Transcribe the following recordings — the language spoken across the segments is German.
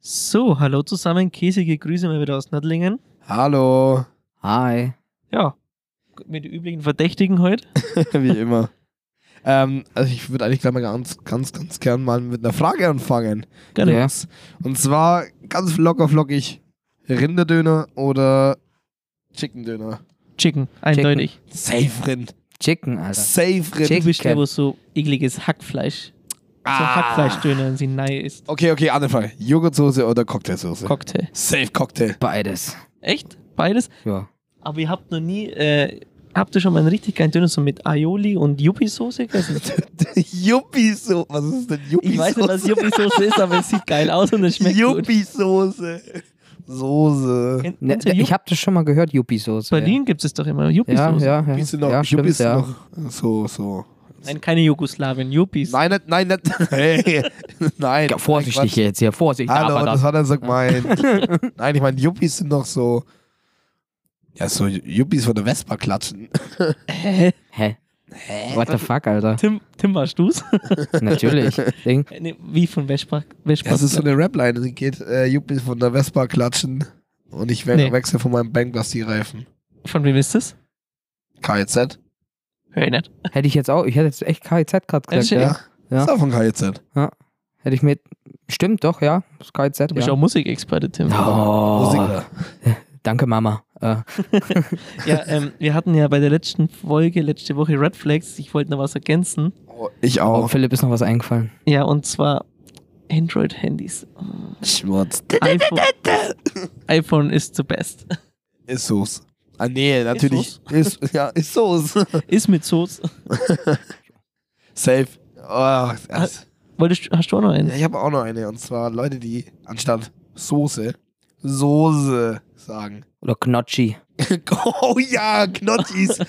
So, hallo zusammen, käsige Grüße mal wieder aus Nördlingen. Hallo, Hi. Ja, mit den üblichen Verdächtigen heute. wie immer. ähm, also ich würde eigentlich gleich mal ganz, ganz, ganz gern mal mit einer Frage anfangen. Gerne. Ja. Und zwar ganz locker flockig. Rinderdöner oder Chickendöner? Chicken, eindeutig. Safe Rind. Chicken, Alter. Safe Rind. Du bist der, Chicken. wo so ekliges Hackfleisch, so Ah. Hackfleischdöner sind, nein, ist Okay, okay, andere Frage. Joghurtsoße oder Cocktailsoße? Cocktail. Safe Cocktail. Beides. Echt? Beides? Ja. Aber ihr habt noch nie, äh, habt ihr schon mal einen richtig geilen Döner so mit Aioli und Yuppie-Soße gegessen? Yuppie-Soße. Was ist denn Yuppie-Soße? Ich weiß nicht, was Yuppie-Soße ist, aber es sieht geil aus und es schmeckt gut. Yuppie-Soße. Soße. Kennt- Ne, kennt ihr ich Yuppie? habe das schon mal gehört, Yuppie-Soße. Berlin gibt es doch immer Ja, Yuppie-Soße. ja, ja. Yuppie sind noch, ja, Yuppie stimmt, sind ja. noch so, so. Nein, keine Jugoslawien, Yuppies. Nein, nicht- nein, nicht- hey, nein. ja. Vorsichtig Quatsch. jetzt hier, vorsichtig. Hallo, aber das hat er so gemeint. nein, ich meine, Yuppies sind doch so. Ja, so Yuppies von der Vespa klatschen. Hä? Hä? Äh, What the fuck, Alter? Tim, Tim, warst du's? Natürlich. Ding. Äh, Nee, Wie von Vespa? Vespa Das ist so eine Rapline, die geht, äh, Yuppies von der Vespa klatschen und ich we Nee. wechsle von meinem Bangbasti-Reifen. Von wem ist das? KZ? Hör ich nicht. Hätte ich jetzt auch, ich hätte jetzt echt KIZ gerade gesagt, Echt, ja. ja? Ja. Ist auch von KZ. Hätte ich mir, stimmt doch, ja. Das KIZ, Du bist ja. auch Musikexperte, Tim. Oh, Musiker. danke Mama. Äh, Ja, ähm, wir hatten ja bei der letzten Folge, letzte Woche Red Flags. Ich wollte noch was ergänzen. Oh, ich oh, auch. Philipp ist noch was eingefallen. Ja, und zwar Android-Handys. Schmutz. iPhone, iPhone ist the best. Ist Soße. Ah, nee, natürlich. Ist, ja, ist Soße. Ist mit Soße. Safe. Ah, Oh, das. Wolltest, hast du auch noch Ja, einen? ich habe auch noch eine. Und zwar Leute, die anstatt Soße, Soße sagen. Oder Gnocchi. oh ja, Knottis.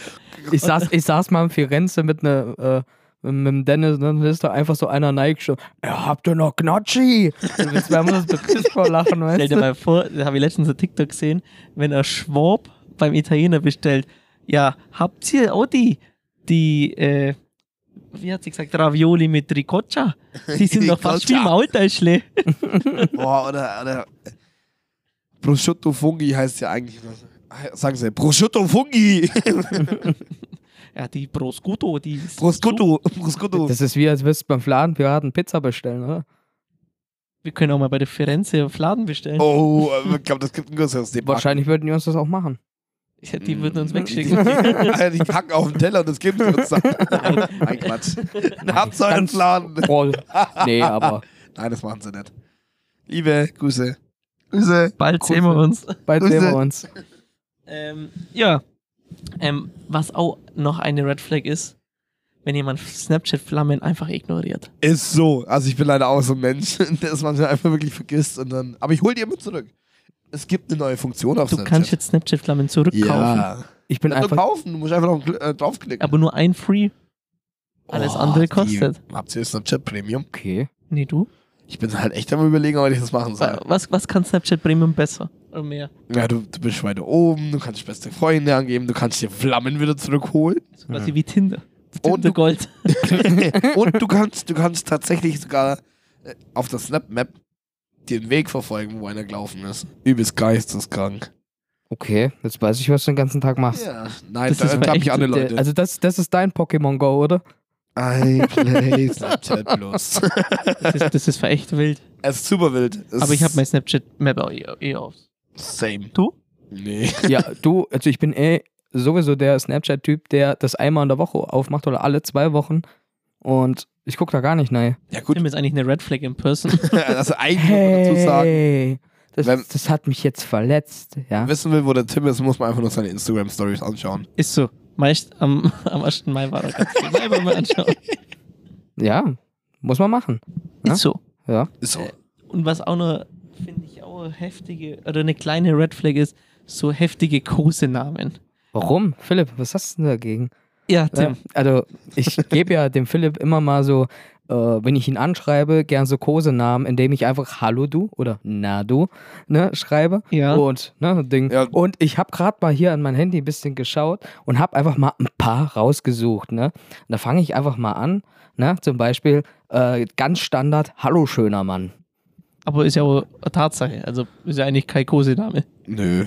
Ich saß, ich saß mal in Firenze mit ne, äh, mit dem Dennis und dann ist da einfach so einer Nike schon, er habt ihr noch Gnocchi? Und wir zwei haben uns bepisst vor Lachen, Stell weißt dir du? mal vor, da habe ich letztens ein TikTok gesehen, wenn ein Schwab beim Italiener bestellt, ja, habt ihr auch die, die, äh, wie hat sie gesagt, Ravioli mit Ricotta? Die sind doch fast wie Ricotta. Maultäschle. Boah, oder, oder äh, Prosciutto Fungi heißt ja eigentlich. noch- Sagen sie, Prosciutto Fungi. Ja, die Prosciutto, die ist Prosciutto, Prosciutto. Das ist wie, als würdest du beim Fladenpiraten Pizza bestellen, oder? Wir können auch mal bei der Firenze Fladen bestellen. Oh, aber ich glaube, das gibt ein größeres Debatt. Wahrscheinlich würden die uns das auch machen. Ja, die würden Mm. uns wegschicken. Die, die packen auf den Teller und das geben sie uns dann. Nein, Quatsch. Habt euren Ganz- Plan. Boah, Oh, nee, aber Nein, das machen sie nicht. Liebe Grüße. Grüße. Bald sehen wir Grüße. uns. bald Grüße. sehen wir uns. Ähm, ja. Ähm, was auch noch eine Red Flag ist, wenn jemand Snapchat-Flammen einfach ignoriert. Ist so. Also ich bin leider auch so ein Mensch, der es manchmal einfach wirklich vergisst und dann. Aber ich hol die immer zurück. Es gibt eine neue Funktion auf Du Snapchat. kannst jetzt Snapchat-Flammen zurückkaufen. ja. Ich bin Nicht nur einfach, kaufen, du musst einfach noch, äh, draufklicken. Aber nur ein Free. alles andere kostet. Die, habt ihr Snapchat Premium? okay. Nee, du? Ich bin halt echt am überlegen, ob ich das machen soll. Wa- Was, was kann Snapchat Premium besser? Oder Oh, mehr? Ja, du, du bist weiter oben, du kannst beste Freunde angeben, du kannst dir Flammen wieder zurückholen. So quasi wie Tinder. Und Tinder du- Gold. und du kannst, du kannst tatsächlich sogar äh, auf der Snap-Map den Weg verfolgen, wo einer gelaufen ist. Übelst geisteskrank. Okay, jetzt weiß ich, was du den ganzen Tag machst. Ja, nein, Das da ist aber glaube ich echt andere Der- Leute. Also das, das ist dein Pokémon Go, oder? I play Snapchat Plus. Das ist, das ist für echt wild. es ist super wild. Es Aber ich habe ist mein Snapchat-Map auch eh, eh auf. Same. Du? Nee. Ja, du, also ich bin eh sowieso der Snapchat-Typ, der das einmal in der Woche aufmacht oder alle zwei Wochen und ich gucke da gar nicht rein. Ja, gut. Tim ist eigentlich eine Red Flag in Person. Also eigentlich muss man dazu sagen, das, Wenn- das hat mich jetzt verletzt, ja. wissen will, wo der Tim ist, muss man einfach nur seine Instagram-Stories anschauen. Ist so. Meist am, am 1. Mai war er ganz dabei, wenn man anschaut. Ja, muss man machen. Ja? Ist so. Ja. Ist so. Und was auch noch, finde ich, auch eine heftige oder eine kleine Red Flag ist, so heftige Kosenamen. Warum? Philipp, was hast du denn dagegen? Ja, Ja, Tim. also ich gebe ja dem Philipp immer mal so, äh, wenn ich ihn anschreibe, gern so Kosenamen, indem ich einfach Hallo du oder Na du ne, schreibe. Ja. Und ne, Ding. Ja. Und ich habe gerade mal hier an mein Handy ein bisschen geschaut und habe einfach mal ein paar rausgesucht. Ne? Und da fange ich einfach mal an. Ne? Zum Beispiel äh, ganz Standard Hallo schöner Mann. Aber ist ja auch eine Tatsache. Also ist ja eigentlich kein Kosename. Nö.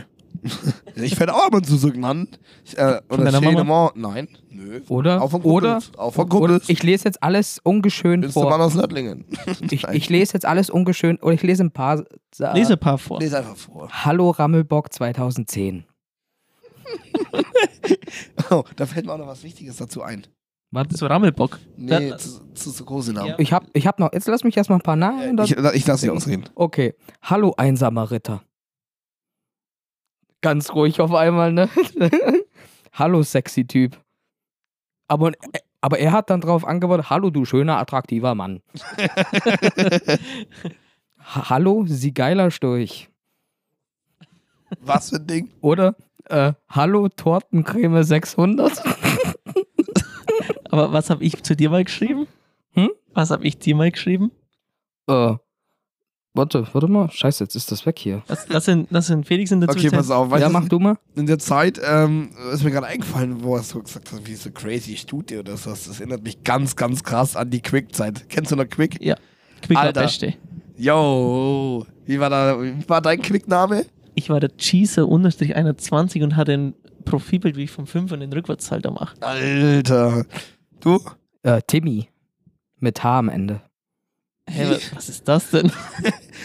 ich werde auch immer zu so genannt. Ich, äh, oder deiner schöne Mama? Nein. Nö. Oder? Auch von oder? Kumpels. Auch von Oder Kumpels. ich lese jetzt alles ungeschönt Bist du Mann vor. aus Nördlingen? Ich, ich lese jetzt alles ungeschönt oder ich lese ein paar. Sa- Lese ein paar vor. Lies einfach vor. Hallo Rammelbock 2010. Oh, da fällt mir auch noch was Wichtiges dazu ein. Warte, so Rammelbock. Nee, Da- zu, zu, zu Kosenamen. Ich hab, ich hab noch. Jetzt lass mich erstmal ein paar Namen. Ich, ich lasse dich ausreden. Okay. Hallo, einsamer Ritter. Ganz ruhig auf einmal, ne? Hallo, sexy Typ. Aber, aber er hat dann drauf angeworfen: Hallo, du schöner, attraktiver Mann. Ha- Hallo, sie geiler Storch. Was für ein Ding? Oder äh, Hallo, Tortencreme 600. Aber was habe ich zu dir mal geschrieben? Hm? Was habe ich dir mal geschrieben? äh, warte, warte mal. Scheiße, jetzt ist das weg hier. Was, lass, ihn, lass ihn Felix in der Okay, Zwischenzeit. pass auf. Weißt ja, du, mach du mal. in der Zeit ähm, ist mir gerade eingefallen, wo hast du gesagt hast, wie so crazy Studie oder so. Das erinnert mich ganz, ganz krass an die Quick-Zeit. Kennst du noch Quick? Quick war Alter. Beste. Yo, wie war, da, wie war dein Quickname? Ich war der Cheeser-21 und hatte ein Profilbild, wie ich vom 5 und den Rückwärtshalter mache. Alter. Du? Äh, Timmy. Mit H am Ende. Hä, wa- was ist das denn?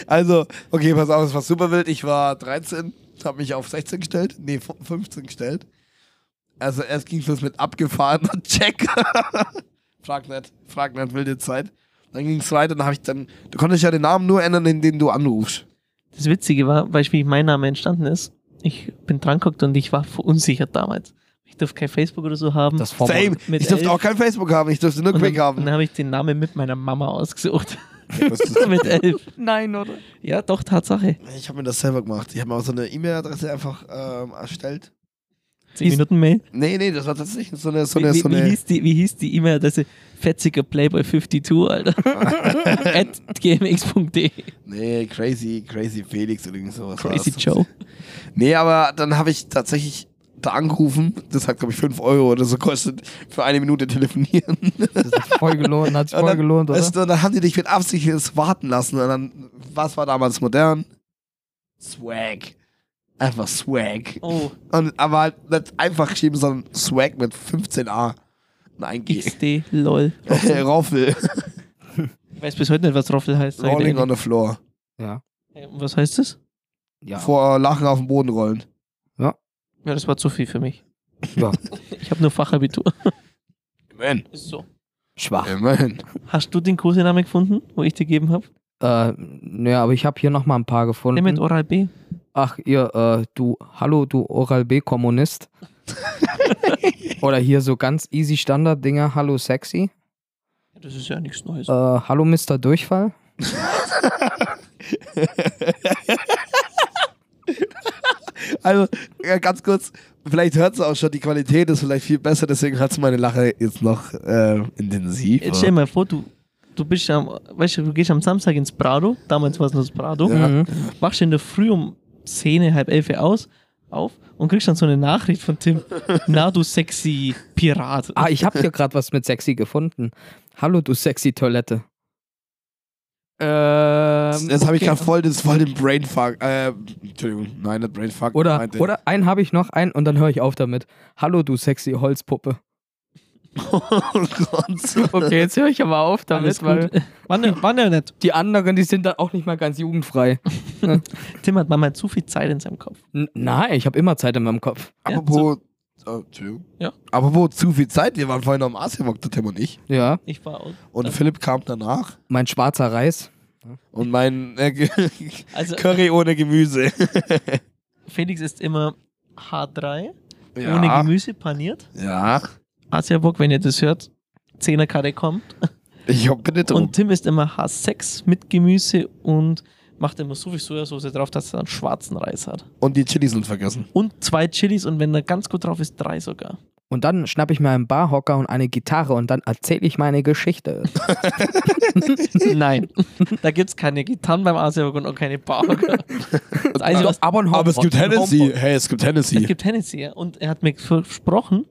Also, okay, pass auf, es war super wild. Ich war 13, habe mich auf 16 gestellt. Nee, 15 gestellt. Also erst ging es los mit abgefahrener Check. frag nicht, frag nicht, wilde Zeit. Dann ging es weiter, dann habe ich dann, du konntest ja den Namen nur ändern, in den du anrufst. Das Witzige war, weißt du, wie mein Name entstanden ist? Ich bin dran geguckt und ich war verunsichert damals. Ich durfte kein Facebook oder so haben. Das Vorwort. Hm. Same. Mit ich durfte elf. auch kein Facebook haben, ich durfte nur und dann, Quick haben. und dann habe ich den Namen mit meiner Mama ausgesucht. mit ich elf. Nein, oder? Ja, doch, Tatsache. habe mir das selber gemacht. Ich habe mir auch so eine E-Mail-Adresse einfach ähm, erstellt. Zehn Hieß- Minuten Mail. Nee, nee, das war tatsächlich so eine, so Wie, eine, wie, so eine wie hieß die- wie hieß die E-Mail, dass fetziger Playboy 52, Alter? At gmx.de. Nee, crazy, crazy Felix oder irgend sowas. war Crazy das. Joe. Nee, aber dann habe ich tatsächlich da angerufen. Das hat, glaube ich, 5 Euro oder so kostet für eine Minute telefonieren. Das hat voll gelohnt, hat sich Und voll dann, gelohnt, oder? weißt du, und dann haben die dich mit Absicht jetzt warten lassen. Und dann, was war damals modern? Swag. Einfach Swag. Oh, Und, aber halt nicht einfach geschrieben, sondern Swag mit 15a. Nein, G. XD, lol. Roffel. Ich weiß bis heute nicht, was Roffel heißt. sag ich dir Rolling on ehrlich. the floor. Ja. Äh, Was heißt das? Ja. Vor Lachen auf den Boden rollen. Ja, das war zu viel für mich. Ja. Ich habe nur Fachabitur. Immerhin. Ist so. Schwach. Immerhin. Hast du den Kosenamen gefunden, wo ich dir gegeben habe? Äh, naja, aber ich habe hier nochmal ein paar Der mit gefunden. Oral B. Ach, ihr, äh, du, hallo, du Oral-B-Kommunist. Oder hier so ganz easy Standard-Dinger, hallo sexy. Ja, Das ist ja nichts Neues. Ah. Äh, hallo Mr. Durchfall. Also, ja, ganz kurz, vielleicht hört es auch schon, die Qualität ist vielleicht viel besser, deswegen hat es meine Lache jetzt noch äh, intensiv. Jetzt stell dir mal vor, du, du bist am, weißt du, du gehst am Samstag ins Prado, damals war es noch das Prado, Ja. Mhm. wachst in der Früh um 10, halb 11 Uhr aus, auf und kriegst dann so eine Nachricht von Tim. Na, du sexy Pirat. Ah, ich habe hier gerade was mit sexy gefunden. Hallo, du sexy Toilette. Ähm, Jetzt habe ich okay. gerade voll, das- voll den Brainfuck. Äh, Entschuldigung, nein, nicht Brainfuck. Oder, meinte- oder einen habe ich noch, einen und dann höre ich auf damit. Hallo, du sexy Holzpuppe. Oh Gott. Okay, jetzt höre ich aber auf Alles damit, weil gut. Wann, denn- wann denn nicht? die anderen, die sind dann auch nicht mal ganz jugendfrei. Tim hat manchmal zu viel Zeit in seinem Kopf. N nein, ich habe immer Zeit in meinem Kopf. Apropos, oh, Entschuldigung. Ja. Apropos zu viel Zeit, wir waren vorhin noch am Asienwalk, der Tim und ich. Ja, Ich war auch. Also, Und Philipp kam danach mein schwarzer Reis. und mein äh, Ge- Also, Curry ohne Gemüse. Felix ist immer H3, ohne Gemüse paniert. Ja. Asiabock, wenn ihr das hört, 10er Karte kommt. Ich hab bitte drum. Und Tim ist immer H6 mit Gemüse und macht immer so viel Sojasauce drauf, dass er einen schwarzen Reis hat. und die Chilis sind vergessen. Und zwei Chilis und wenn er ganz gut drauf ist, drei sogar. Und dann schnapp ich mir einen Barhocker und eine Gitarre und dann erzähle ich meine Geschichte. Nein, da gibt es keine Gitarren beim Asiabock und auch keine Barhocker. Das Einzige, was aber, ein Aber es gibt Hennessy. Hey, es gibt es Hennessy. gibt Hennessy ja. und er hat mir versprochen,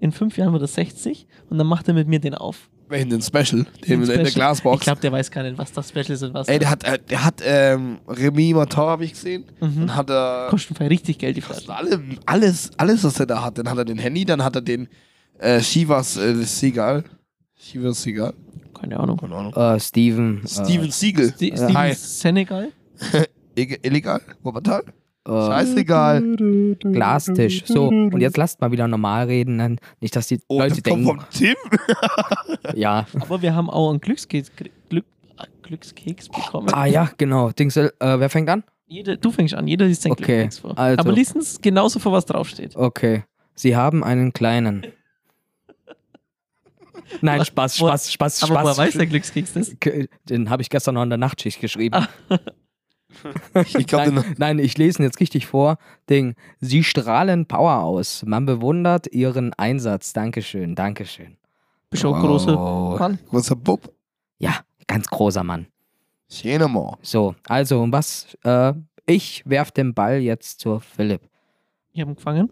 in fünf Jahren wird er 60 und dann macht er mit mir den auf. Welchen denn Special? Den in der Special. Ich Glasbox. glaube, der weiß gar nicht, was das Special ist und was Ey, der das hat, äh, der hat ähm, Remy Matau, habe ich gesehen. Mhm. Dann hat er kostenfrei richtig Geld die kostet Flasche. alle, alles, alles, was er da hat. Dann hat er den Handy, dann hat er den äh, Shivas äh, Seagal. Shivas Seagal? Keine Ahnung. Keine Ahnung. Äh, Steven. Steven Siegel. Ah. Ste- Äh, Steven hi. Senegal? Ege- Illegal? Wuppertal? Äh, äh, Scheißegal. Glastisch. So, und jetzt lasst mal wieder normal reden. Dann nicht, dass die Oh, Leute das kommt denken, vom Tim. ja. Aber wir haben auch einen Glückskeks, kri- Glück, ah, Glückskeks bekommen. Ah ja, genau. Dingsel, äh, wer fängt an? Jeder, du fängst an, jeder liest sein Okay, Glückskeks vor. also. Aber liest uns genauso vor, was draufsteht. Okay. Sie haben einen kleinen. Nein, Spaß, Wo- Spaß, Spaß, Aber woher Spaß. weiß der Glückskeks das? K- Den habe ich gestern noch in der Nachtschicht geschrieben. Ah, Ich glaube, nein, nein, ich lese ihn jetzt richtig vor. Ding. Sie strahlen Power aus. Man bewundert ihren Einsatz. Dankeschön, Dankeschön. Oh, Bist auch großer Wow. Mann. Großer Bub. Ja, ganz großer Mann. Schöner Mann. So, also um was? Äh, ich werf den Ball jetzt zur Philipp. Ich habe ihn gefangen.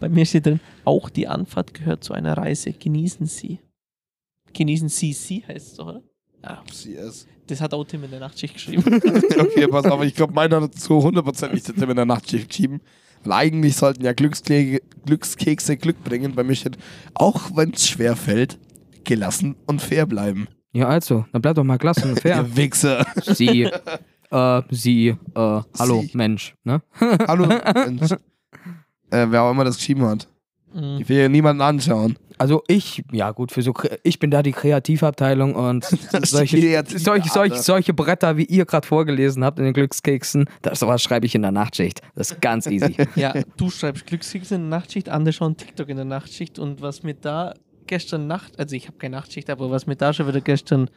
Bei mir steht drin, auch die Anfahrt gehört zu einer Reise. Genießen Sie. Genießen Sie, Sie heißt es doch, oder? Ja, CS. das hat auch Tim in der Nachtschicht geschrieben. Okay, pass auf, ich glaube, meiner hat zu 100% nicht den Tim in der Nachtschicht geschrieben. Weil eigentlich sollten ja Glückskle Glückskekse Glück bringen. Bei mir steht, auch wenn es schwer fällt, gelassen und fair bleiben. Ja, also, dann bleib doch mal klasse und fair. Ihr Wichser. Sie, äh, sie, äh, hallo, Sie. Mensch, ne? Hallo. Und, äh, wer auch immer das geschrieben hat. Mhm. Ich will hier niemanden anschauen. Also ich, ja gut, für so Kre- ich bin da die Kreativabteilung und ist solche, die Kreativabteilung. solche, solche, solche Bretter, wie ihr gerade vorgelesen habt in den Glückskeksen, das sowas schreibe ich in der Nachtschicht. Das ist ganz easy. Ja, du schreibst Glückskeks in der Nachtschicht, andere schauen TikTok in der Nachtschicht und was mir da gestern Nacht, also ich habe keine Nachtschicht, aber was mir da schon wieder gestern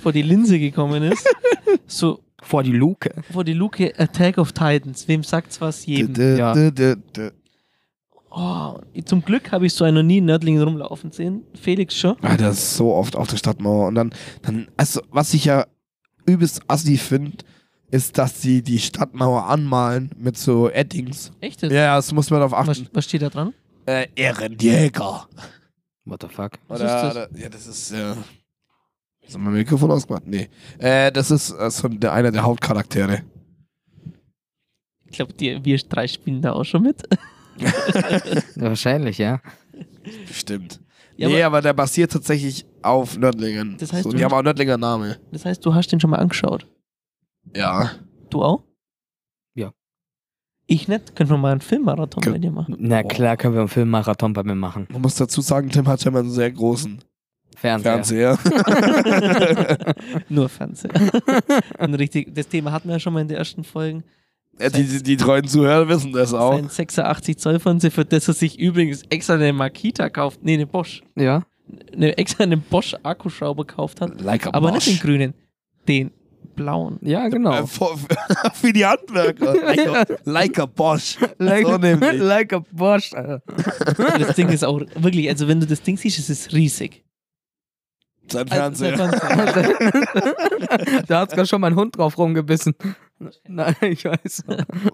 vor die Linse gekommen ist, so Vor die Luke. vor die Luke Attack of Titans, wem sagt's was? Jedem. Dö, dö, Ja. dö, dö, dö. Oh, zum Glück habe ich so einen noch nie Nördling rumlaufen sehen. Felix schon. Ah, das ist so oft auf der Stadtmauer. Und dann, dann also, was ich ja übelst assi finde, ist, dass sie die Stadtmauer anmalen mit so Eddings. Echt? Ja, ja, das muss man darauf Was, achten. was steht da dran? Äh, Ehrenjäger. What the fuck? Was ist das? oder- ja, das ist, äh, ist mein Mikrofon ausgemacht? Nee. Äh, das ist äh, so der, einer der Hauptcharaktere. Ich glaube, wir drei spielen da auch schon mit. Ja, wahrscheinlich, ja. Bestimmt. Ja, nee, aber aber der basiert tatsächlich auf Nördlingen. Das heißt, so, du- die haben auch Nördlinger Name. das heißt, du hast den schon mal angeschaut. Ja. Du auch? Ja. Ich nicht. Können wir mal einen Filmmarathon Ge- mit dir machen? Na klar können wir einen Filmmarathon bei mir machen. Man muss dazu sagen, Tim hat ja mal einen sehr großen Fernseher. Fernseher. Nur Fernseher. Und richtig, das Thema hatten wir ja schon mal in den ersten Folgen. Äh, die, die, die treuen Zuhörer wissen das auch. Sein 86 Zoll Fernseher, für das er sich übrigens extra eine Makita kauft. Nee, eine Bosch. Ja. Eine, extra einen Bosch Akkuschrauber gekauft hat. Like a Aber Bosch. nicht den grünen. Den blauen. Ja, genau. Äh, vor- für die Handwerker. Like a, like a Bosch. so nämlich. like a Bosch. Alter. Das Ding ist auch wirklich, also wenn du das Ding siehst, es ist riesig. Sein Also, Fernseher. da hat sogar schon mein Hund drauf rumgebissen. Nein, ich weiß.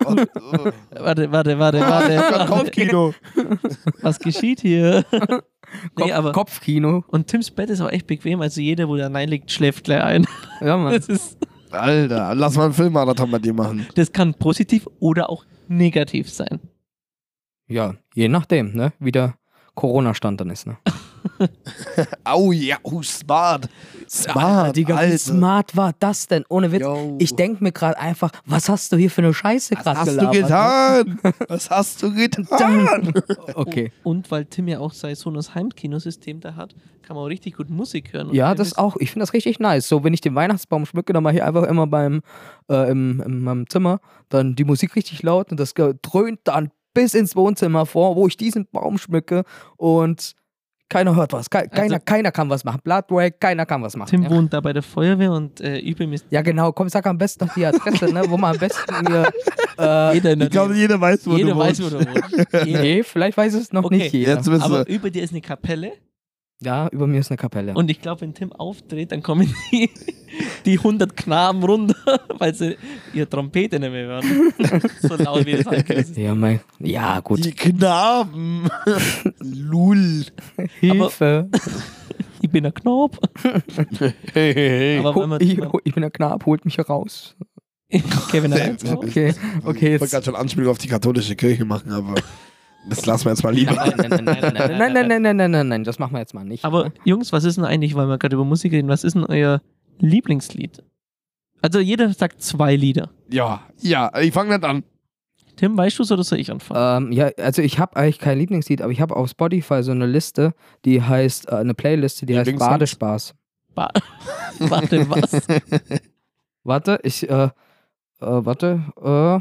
Und, oh. Warte, warte, warte, warte. warte. Kopfkino. Was geschieht hier? Kopf, Nee, aber, Kopfkino. und Tims Bett ist auch echt bequem, also jeder, wo da liegt, schläft gleich ein. Ja, Mann. Das, ist, Alter, lass mal einen Filmmarathon mit dir machen. das kann positiv oder auch negativ sein. Ja, je nachdem, ne? Wie der Corona-Stand dann ist, ne? Au ja, oh, smart. Smart, Digga, wie Alter. smart war das denn? Ohne Witz. Yo. Ich denk mir gerade einfach, was hast du hier für eine Scheiße Was gerade hast gelabert? du getan? Was hast du getan? ne? Okay. Und weil Tim ja auch sein so ein Heimkinosystem da hat, kann man auch richtig gut Musik hören. Und Ja, wenn das auch. Ich finde das richtig nice. So, wenn ich den Weihnachtsbaum schmücke, dann mache ich einfach immer beim, äh, im, in meinem Zimmer dann die Musik richtig laut und das ge- dröhnt dann bis ins Wohnzimmer vor, wo ich diesen Baum schmücke und keiner hört was. Also Ke keiner, keiner kann was machen. Bloodwag, keiner kann was machen. Tim Ja. wohnt da bei der Feuerwehr und äh, über ihm ist ja, genau. Komm, sag am besten noch die Adresse, ne, wo man am besten hier. Äh, jeder in der Ich glaube, Nähe. jeder weiß, wo jeder du weiß, wo wohnst. du wohnst. Jeder. nee, vielleicht weiß es noch Okay. nicht jeder. Jetzt bist Aber du. über dir ist eine Kapelle Ja, über mir ist eine Kapelle. Und ich glaube, wenn Tim auftritt, dann kommen die, die 100 Knaben runter, weil sie ihre Trompete nicht mehr hören. so laut wie das Heimkreis ist. ja, mein, ja, gut. Die Knaben. Lul. Hilfe. Ich bin ein Knob. Hey, hey, Aber wenn Hol- ich, man hol- ich bin der Knab, holt mich raus. Kevin Hart. Selbst. Okay, Ich okay, wollte jetzt. gerade schon Anspielung auf die katholische Kirche machen, aber das lassen wir jetzt mal lieber. nein, nein, nein, nein, nein, nein, nein, nein, das machen wir jetzt mal nicht. Aber ne? Jungs, was ist denn eigentlich, weil wir gerade über Musik reden, was ist denn euer Lieblingslied? Also jeder sagt zwei Lieder. Ja, ja, ich fange nicht an. Tim, weißt du oder soll ich anfangen? Ähm, ja, also ich habe eigentlich kein Lieblingslied, aber ich habe auf Spotify so eine Liste, die heißt, äh, eine Playliste, die heißt Lieblingssongs? Badespaß. Ba- Warte, was? Warte, ich, äh, äh, warte, äh,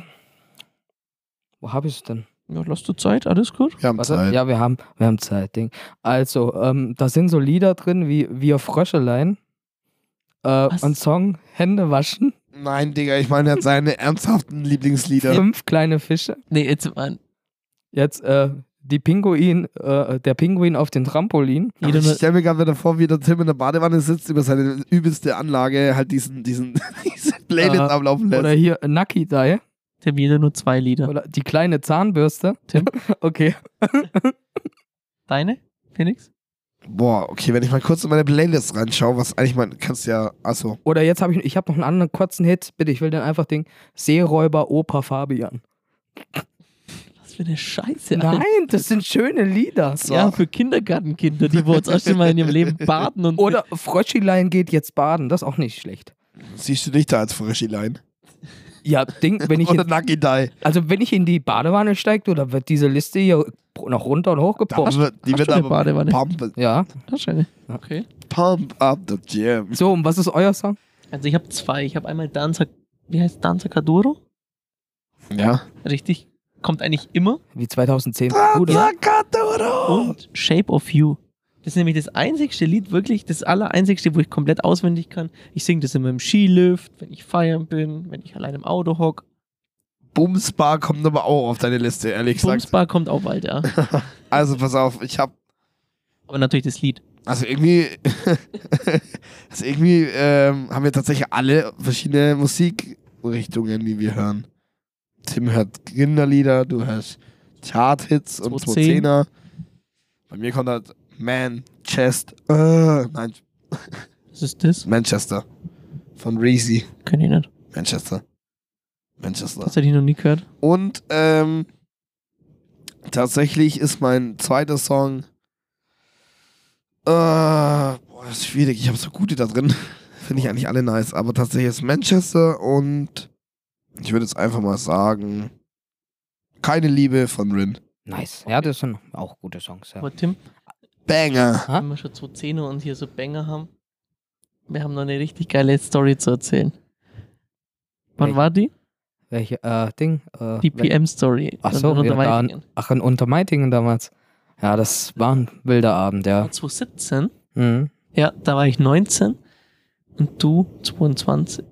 wo habe ich es denn? Ja, lass du Zeit, alles gut. Wir haben Warte, Zeit. ja, wir haben, wir haben Zeit, Ding. Also, ähm, da sind so Lieder drin wie Wir Fröschelein äh, Was? und Song Hände waschen, Nein, Digga, ich meine jetzt seine ernsthaften Lieblingslieder. fünf kleine Fische. Nee, jetzt mal. Jetzt äh, die Pinguin, äh, der Pinguin auf den Trampolin. Aber Jeder ich nur- stelle mir gerade wieder vor, wie der Tim in der Badewanne sitzt, über seine übelste Anlage halt diesen, diesen, diese Playlist Ah, am Laufen lässt. Oder hier äh, Nucky Die. Tim, jeder nur zwei Lieder. Oder die kleine Zahnbürste. Tim? okay. Deine, Felix? Boah, okay, wenn ich mal kurz in meine Playlist reinschaue, was eigentlich man, kannst du ja, also, achso. Oder jetzt habe ich, ich habe noch einen anderen kurzen Hit. Bitte, ich will den einfach den Seeräuber Opa Fabian. Was für eine Scheiße, Alter. Nein, das sind schöne Lieder. Ja, für Kindergartenkinder, die wohl erst mal in ihrem Leben baden und Oder Fröschilein geht jetzt baden. Das ist auch nicht schlecht. Siehst du dich da als Frischelein? Ja, Ding, wenn ich Oder in, Nucky Die. also wenn ich in die Badewanne steige, da wird diese Liste hier noch runter und Da hochgepumpt. wird, die hast wird du eine aber Badewanne? pump, Ja. Wahrscheinlich. Okay. pump up the gym. So, und was ist euer Song? Also ich habe zwei. Ich habe einmal Danza, wie heißt Danza Kaduro? Ja. Richtig. Kommt eigentlich immer. Wie 2010. Gut, ja. Sakatoro! Und Shape of You. Das ist nämlich das einzigste Lied, wirklich das allereinzigste, wo ich komplett auswendig kann. Ich singe das immer im Skilift, wenn ich feiern bin, wenn ich allein im Auto hock. Bumsbar kommt aber auch auf deine Liste, ehrlich gesagt. Bumsbar kommt auch bald, ja. Also pass auf, ich hab. Aber natürlich das Lied. Also irgendwie. also irgendwie ähm, haben wir tatsächlich alle verschiedene Musikrichtungen, die wir hören. Tim hört Kinderlieder, du hörst Chart-Hits und 210. 210er. Bei mir kommt halt Manchester. Äh, nein, Was ist das? Manchester. Von Reezy. Kenn ich nicht. Manchester. Manchester. Das hätte ich noch nie gehört. Und ähm, tatsächlich ist mein zweiter Song. Äh, boah, ist schwierig. Ich habe so gute da drin. Finde ich eigentlich alle nice. Aber tatsächlich ist Manchester und ich würde jetzt einfach mal sagen: Keine Liebe von Rin. Nice. Ja, das sind auch gute Songs. Ja. Aber Tim, Banger. Ah. wenn wir schon zwei Zähne und hier so Banger haben, wir haben noch eine richtig geile Story zu erzählen. Wann Welche? war die? Welche, äh, Ding? Äh, Die wel- PM-Story. Ach so, ja, da, Unterweitingen. ach, in Untermeitingen damals. Ja, das war ein wilder Abend, ja. 2017. Mhm. Ja, da war ich 19 und du 22.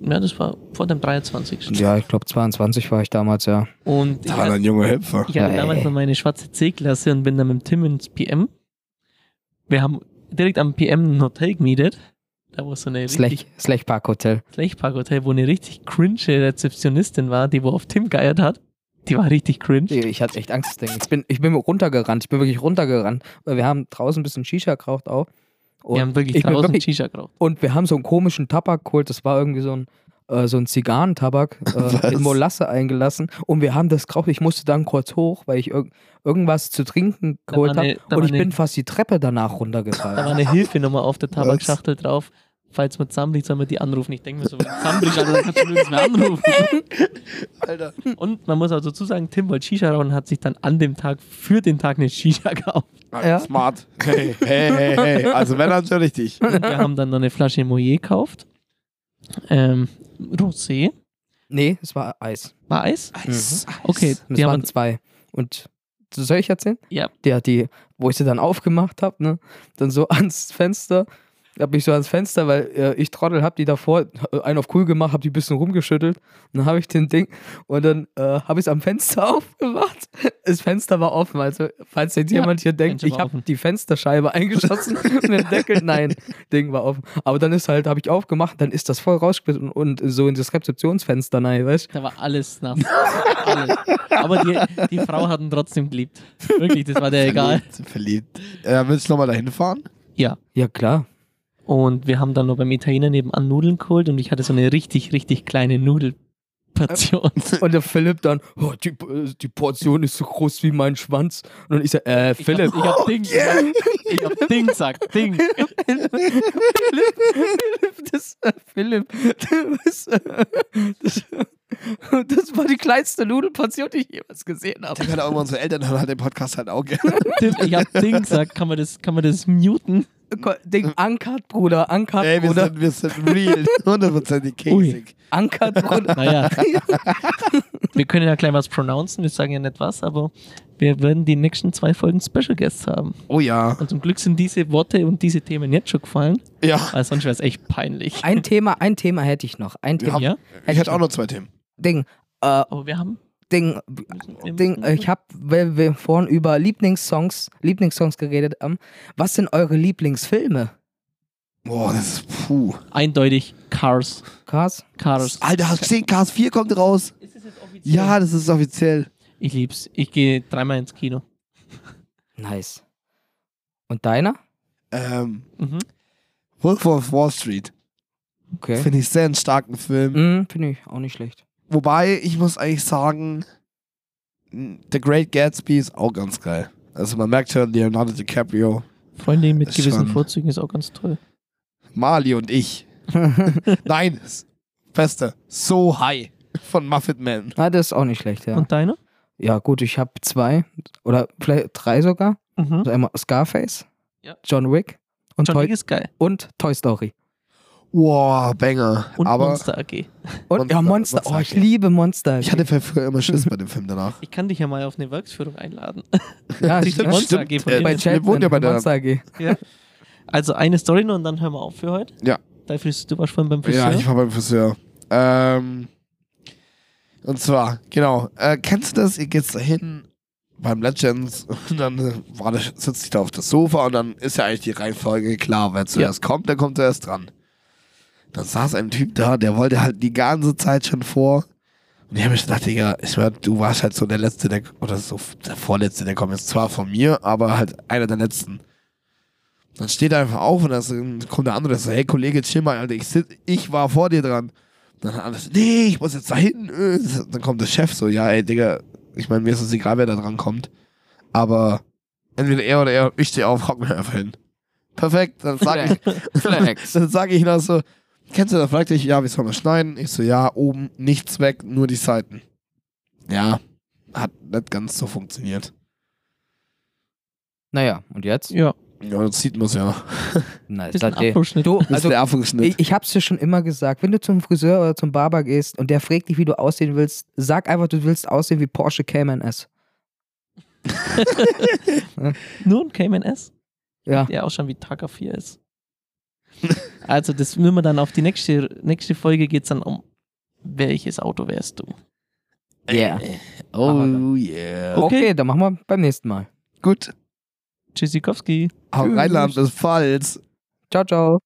Ja, das war vor dem 23. Ja, ich glaube 22 war ich damals, ja. Und ich Da war hatte, ein junger Hüpfer. ich hatte damals Ey. noch meine schwarze C-Klasse und bin dann mit Tim ins PM. Wir haben direkt am PM ein Hotel gemietet. Da war so eine richtig Slech, Slech Park Hotel. Flechpark-Hotel, wo eine richtig cringe Rezeptionistin war, die wo auf Tim geiert hat. Die war richtig cringe. Ich hatte echt Angst, Ding. Ich bin, ich bin runtergerannt, ich bin wirklich runtergerannt. Weil wir haben draußen ein bisschen Shisha geraucht auch. Und Wir haben wirklich ich bin draußen wirklich- Shisha geraucht. Und wir haben so einen komischen Tabak geholt, das war irgendwie so ein, äh, so ein Zigarrentabak äh, in Molasse eingelassen. Und wir haben das geraucht. Ich musste dann kurz hoch, weil ich irg irgendwas zu trinken Da geholt war eine- habe. da Und war ich eine- bin fast die Treppe danach Da war ne- runtergefallen. eine Hilfenummer auf der Tabakschachtel drauf. Falls man zusammenbricht, soll man die anrufen. Ich denke mir so, wenn du zusammenbrichst, Alter, dann kannst du nirgends mehr anrufen. Alter. Und man muss auch dazu sagen, Tim wollte Shisha rauchen, hat sich dann an dem Tag für den Tag eine Shisha gekauft. Ja. Smart. Hey, hey, hey, hey. Also, wenn dann schon richtig. Und wir haben dann noch eine Flasche Moyer gekauft. Ähm, Rosé. nee, es war Eis. War Eis? Eis, Okay, Mhm. Und die es haben waren uns- zwei. Und so soll ich erzählen? Ja. Der, die, wo ich sie dann aufgemacht habe, ne? Dann so ans Fenster. hab mich so ans Fenster, weil äh, ich Trottel hab die davor äh, einen auf cool gemacht, hab die ein bisschen rumgeschüttelt. Und dann hab ich den Ding und dann äh, hab ich es am Fenster aufgemacht. Das Fenster war offen. Also, falls jetzt Ja, jemand hier denkt, Fenster ich war hab offen. die Fensterscheibe eingeschossen mit dem Deckel, nein, Ding war offen. Aber dann ist halt, hab ich aufgemacht, dann ist das voll rausgeschmissen und, und so in das Rezeptionsfenster, nein, weißt Da war alles nass. alles. Aber die, die Frau hat ihn trotzdem geliebt. Wirklich, das war der egal. Verliebt. Äh, willst du nochmal dahin fahren? Ja. Ja, klar. Und wir haben dann noch beim Italiener nebenan Nudeln geholt und ich hatte so eine richtig, richtig kleine Nudelportion. Und der Philipp dann, oh, die, äh, die Portion ist so groß wie mein Schwanz. Und ich sag, äh, Ich hab, Philipp, ich hab Ding gesagt. Ich hab Ding gesagt. Ding. das, äh, Philipp, das, äh, das, das war die kleinste Nudelportion, die ich jemals gesehen habe. Ich hatte auch immer unsere Eltern hören halt den Podcast halt auch gerne. Ich hab Ding gesagt. Kann man das, kann man das muten? Ding, ankert, Bruder, ankert, Ey, wir Bruder, sind, wir sind real. Hundertprozentig käsig. ankert, Bruder. Naja. Wir können ja gleich was pronouncen. Wir sagen ja nicht was, aber wir werden die nächsten zwei Folgen Special Guests haben. Oh ja. Und zum Glück sind diese Worte und diese Themen jetzt schon gefallen, Ja. weil sonst wäre es echt peinlich. Ein Thema, ein Thema hätte ich noch. Ein Thema. Ja. Ja, Ich hatte auch noch zwei Themen. Ding, äh, aber wir haben. Ding, Ding, äh, ich habe, weil wir vorhin über Lieblingssongs, Lieblingssongs geredet haben. Was sind eure Lieblingsfilme? Boah, das ist puh. Eindeutig Cars. Krass. Cars. Alter, hast du gesehen, Cars 4 kommt raus. Ja, das ist offiziell. Ich lieb's. Ich gehe dreimal ins Kino. Nice. Und deiner? Ähm, Mhm. Wolf of Wall Street. Okay. Finde ich sehr einen starken Film. Mhm, Finde ich auch nicht schlecht. Wobei, ich muss eigentlich sagen, The Great Gatsby ist auch ganz geil. Also man merkt schon, Leonardo DiCaprio, Freundin mit Ist gewissen schon- Vorzügen ist auch ganz toll. Marley und ich. Nein, das Beste. So High von Muffet Man. Ah, das ist auch nicht schlecht, ja. Und deiner? Ja, gut, ich habe zwei oder vielleicht drei sogar. Mhm. Also einmal Scarface, Ja. John Wick und, John Toy Wick ist geil. und Toy Story. Wow, Banger. Und Aber Monster AG. Und ja, Monster- Monster. Oh, ich Monster, okay. liebe Monster. ich hatte früher immer Schiss bei dem Film danach. Ich kann dich ja mal auf eine Worksführung einladen. ja, Die stimmt. Monster AG von Äh, innen. Bei Wir wohnen Chapman, ja bei der- Monster AG. Also eine Story noch und dann hören wir auf für heute. Ja. Da Friseur, du warst vorhin beim Friseur. Ja, ich war beim Friseur. Ähm, und zwar, genau, äh, kennst du das? Ihr geht's da hin beim Legends und dann äh, war das, sitzt ich da auf das Sofa und dann ist ja eigentlich die Reihenfolge klar. Wer zuerst kommt, der kommt zuerst dran. Dann saß ein Typ da, der wollte halt die ganze Zeit schon vor. Und ich habe mir schon gedacht, Digga, ich mein, du warst halt so der Letzte, der, oder so der Vorletzte, der kommt jetzt zwar von mir, aber halt einer der Letzten. Dann steht er einfach auf und dann kommt der andere und sagt, hey Kollege, chill mal, Alter, ich, sit, ich war vor dir dran. Dann hat alles, nee, ich muss jetzt dahin. äh." Dann kommt der Chef so, ja, ey, Digga, ich meine, mir ist es egal, wer da dran kommt. Aber entweder er oder er, ich stehe auf, hock mir einfach hin. Perfekt, dann sag ich, Flex. dann sag ich noch so, kennst du das? Fragt dich, ja, wie soll man schneiden? Ich so, ja, oben nichts weg, nur die Seiten. Ja, hat nicht ganz so funktioniert. Naja, und jetzt? ja, Ja, das sieht man ja. Nice. bisschen okay. Abschlussschnitt. Du, Das ist also der Affenschnitt. Ich, ich hab's dir schon immer gesagt, wenn du zum Friseur oder zum Barber gehst und der fragt dich, wie du aussehen willst, sag einfach, du willst aussehen wie Porsche Cayman S. Nur ein Cayman S, Ja, der auch schon wie Taka 4 ist. also das müssen wir dann auf die nächste, nächste Folge geht es dann um, welches Auto wärst du? Yeah. Oh yeah. okay. dann machen wir beim nächsten Mal. Gut. Tschüssikowski. Auch Tschüss. Rheinland ist Pfalz. Ciao, ciao.